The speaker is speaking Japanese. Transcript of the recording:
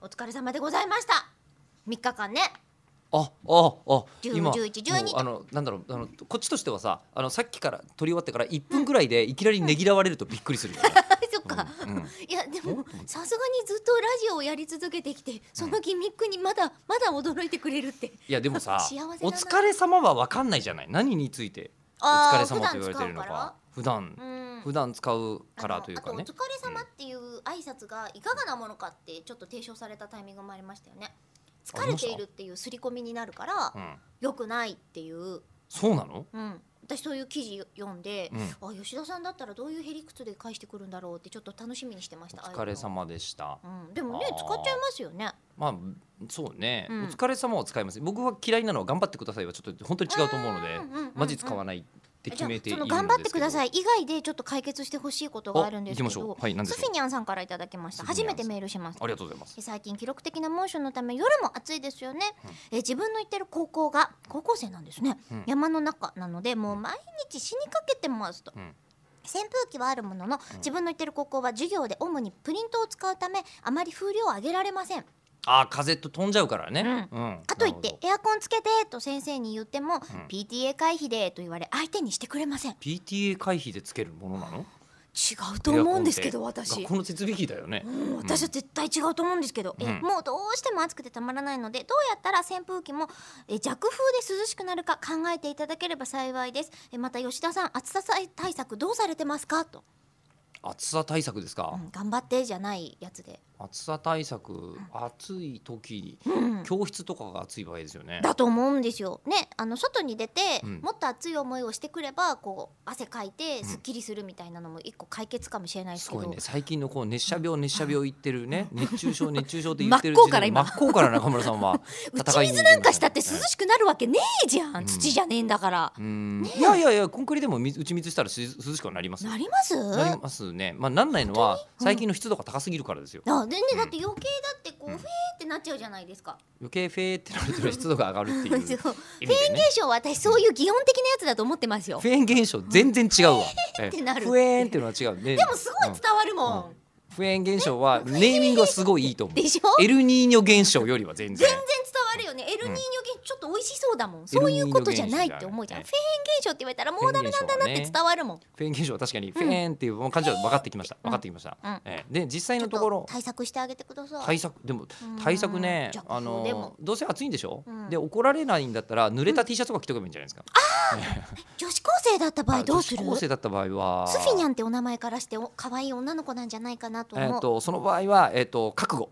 お疲れ様でございました3日間ねあああ10今11 12もうあのなんだろうあのこっちとしてはさあのさっきから撮り終わってから1分ぐらいでいきなりねぎらわれるとびっくりする よね そっか、うんうんいやでもさすがにずっとラジオをやり続けてきてそのギミックにまだまだ驚いてくれるっていやでもさ幸せだなお疲れ様は分かんないじゃない何についておあー疲れ様と言われてるのか普段うん普段使うあのからというかねあとお疲れ様っていう挨拶がいかがなものかってちょっと提唱されたタイミングもありましたよね疲れているっていう刷り込みになるからうん良くないっていう、そうなのうん、私そういう記事読んで、あ吉田さんだったらどういうへりくつで返してくるんだろうってちょっと楽しみにしてましおた疲れ、様でしたああいうのうん、でもねあー使っちゃいますよねまあそうねうんお疲れ様を使います僕は嫌いなのは頑張ってくださいはちょっと本当に違うと思うのでうんうんうんうんマジ使わないって決めていじゃるあんそですの頑けど張ってください以外でちょっと解決してほしいことがあるんですけお行きましょどうはい何でしスょうフィニャンさんからいただきましたスフィニ初ャンさめんてメールしますありがとうございますえ最近記録的な猛暑のため夜も暑いですよね、え自分の行ってる高校が高校生なんですね、うん山の中なのでもう毎日死にかけてますと、うん扇風機はあるものの自分の行ってる高校は授業で主にプリントを使うためあまり風量を上げられませんあー風と飛んじゃうからねううんかといってなるほどエアコンつけてと先生に言っても、PTA 回避でと言われ相手にしてくれません違 PTA 回避でつけるものなのう と思うんですけどエアコンって私学校の設備費だよねうん私は絶対違うと思うんですけど、えうんもうどうしても暑くてたまらないのでどうやったら扇風機もえ弱風で涼しくなるか考えていただければ幸いですえまた吉田さん暑さ対策どうされてますかと、暑さ対策ですかうん頑張ってじゃないやつで、暑さ対策暑い時うん教室とかが暑い場合ですよねだと思うんですよねあの外に出て、うんもっと暑い思いをしてくればこう汗かいてすっきりするみたいなのも一個解決かもしれないですすけど、ごいね最近のこう熱射病熱射病言ってるね熱中症熱中症って言真っってる向から今真っ向から中村さ んは打戦いちに水なんかしたって涼出るんだよねしくなるわけねえじゃん、ん土じゃねえんだから、うんいやいやいやコンクリでも水打ち水したらし涼しくはなりますよなりますなりますねまあなんないのは最近の湿度が高すぎるからですよあでねんだって余計だってこう、うんフェーってなっちゃうじゃないですか。余計フェーってなると湿度が上がるっていう そう意フェ 味ーンでね現象は私そういう擬音的なやつだと思ってますよ。フェーン現象全然違うわええてなるフェーンっていうのは違うねででもすごい伝わるもん。うんフェーン現象はネーミングはすごいいいと思うでしょ？エルニーニョ現象よりは全然全然伝わるよね。エルニーニョ現ちょっと美味しそうだもん。そういうことじゃないって思うじゃん。エフルェーン現象って言われたらもうダメなんだなって伝わるもん。フェーン現象は確かにフェーンっていう感じは分かってきました分かってきました、うんええで実際ちょのっところと対策してあげてくださ対い。策でも対策ねうんあじゃあこのどうせ暑いんでしょ、うんで怒られないんだったら濡れた T シャツとか着とけばいいんじゃないですか、女子高生だった場合どうするあ？女子高生だった場合はスフィニャンってお名前からしてお可愛い女の子なんじゃないかなとえ思っう。とその場合はえっと覚悟